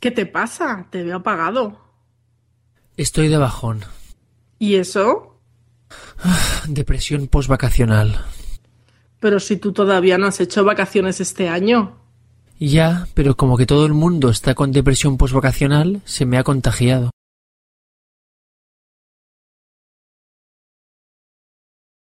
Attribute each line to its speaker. Speaker 1: ¿Qué te pasa? Te veo apagado.
Speaker 2: Estoy de bajón.
Speaker 1: ¿Y eso?
Speaker 2: Depresión postvacacional.
Speaker 1: Pero si tú todavía no has hecho vacaciones este año.
Speaker 2: Ya, pero como que todo el mundo está con depresión postvacacional, se me ha contagiado.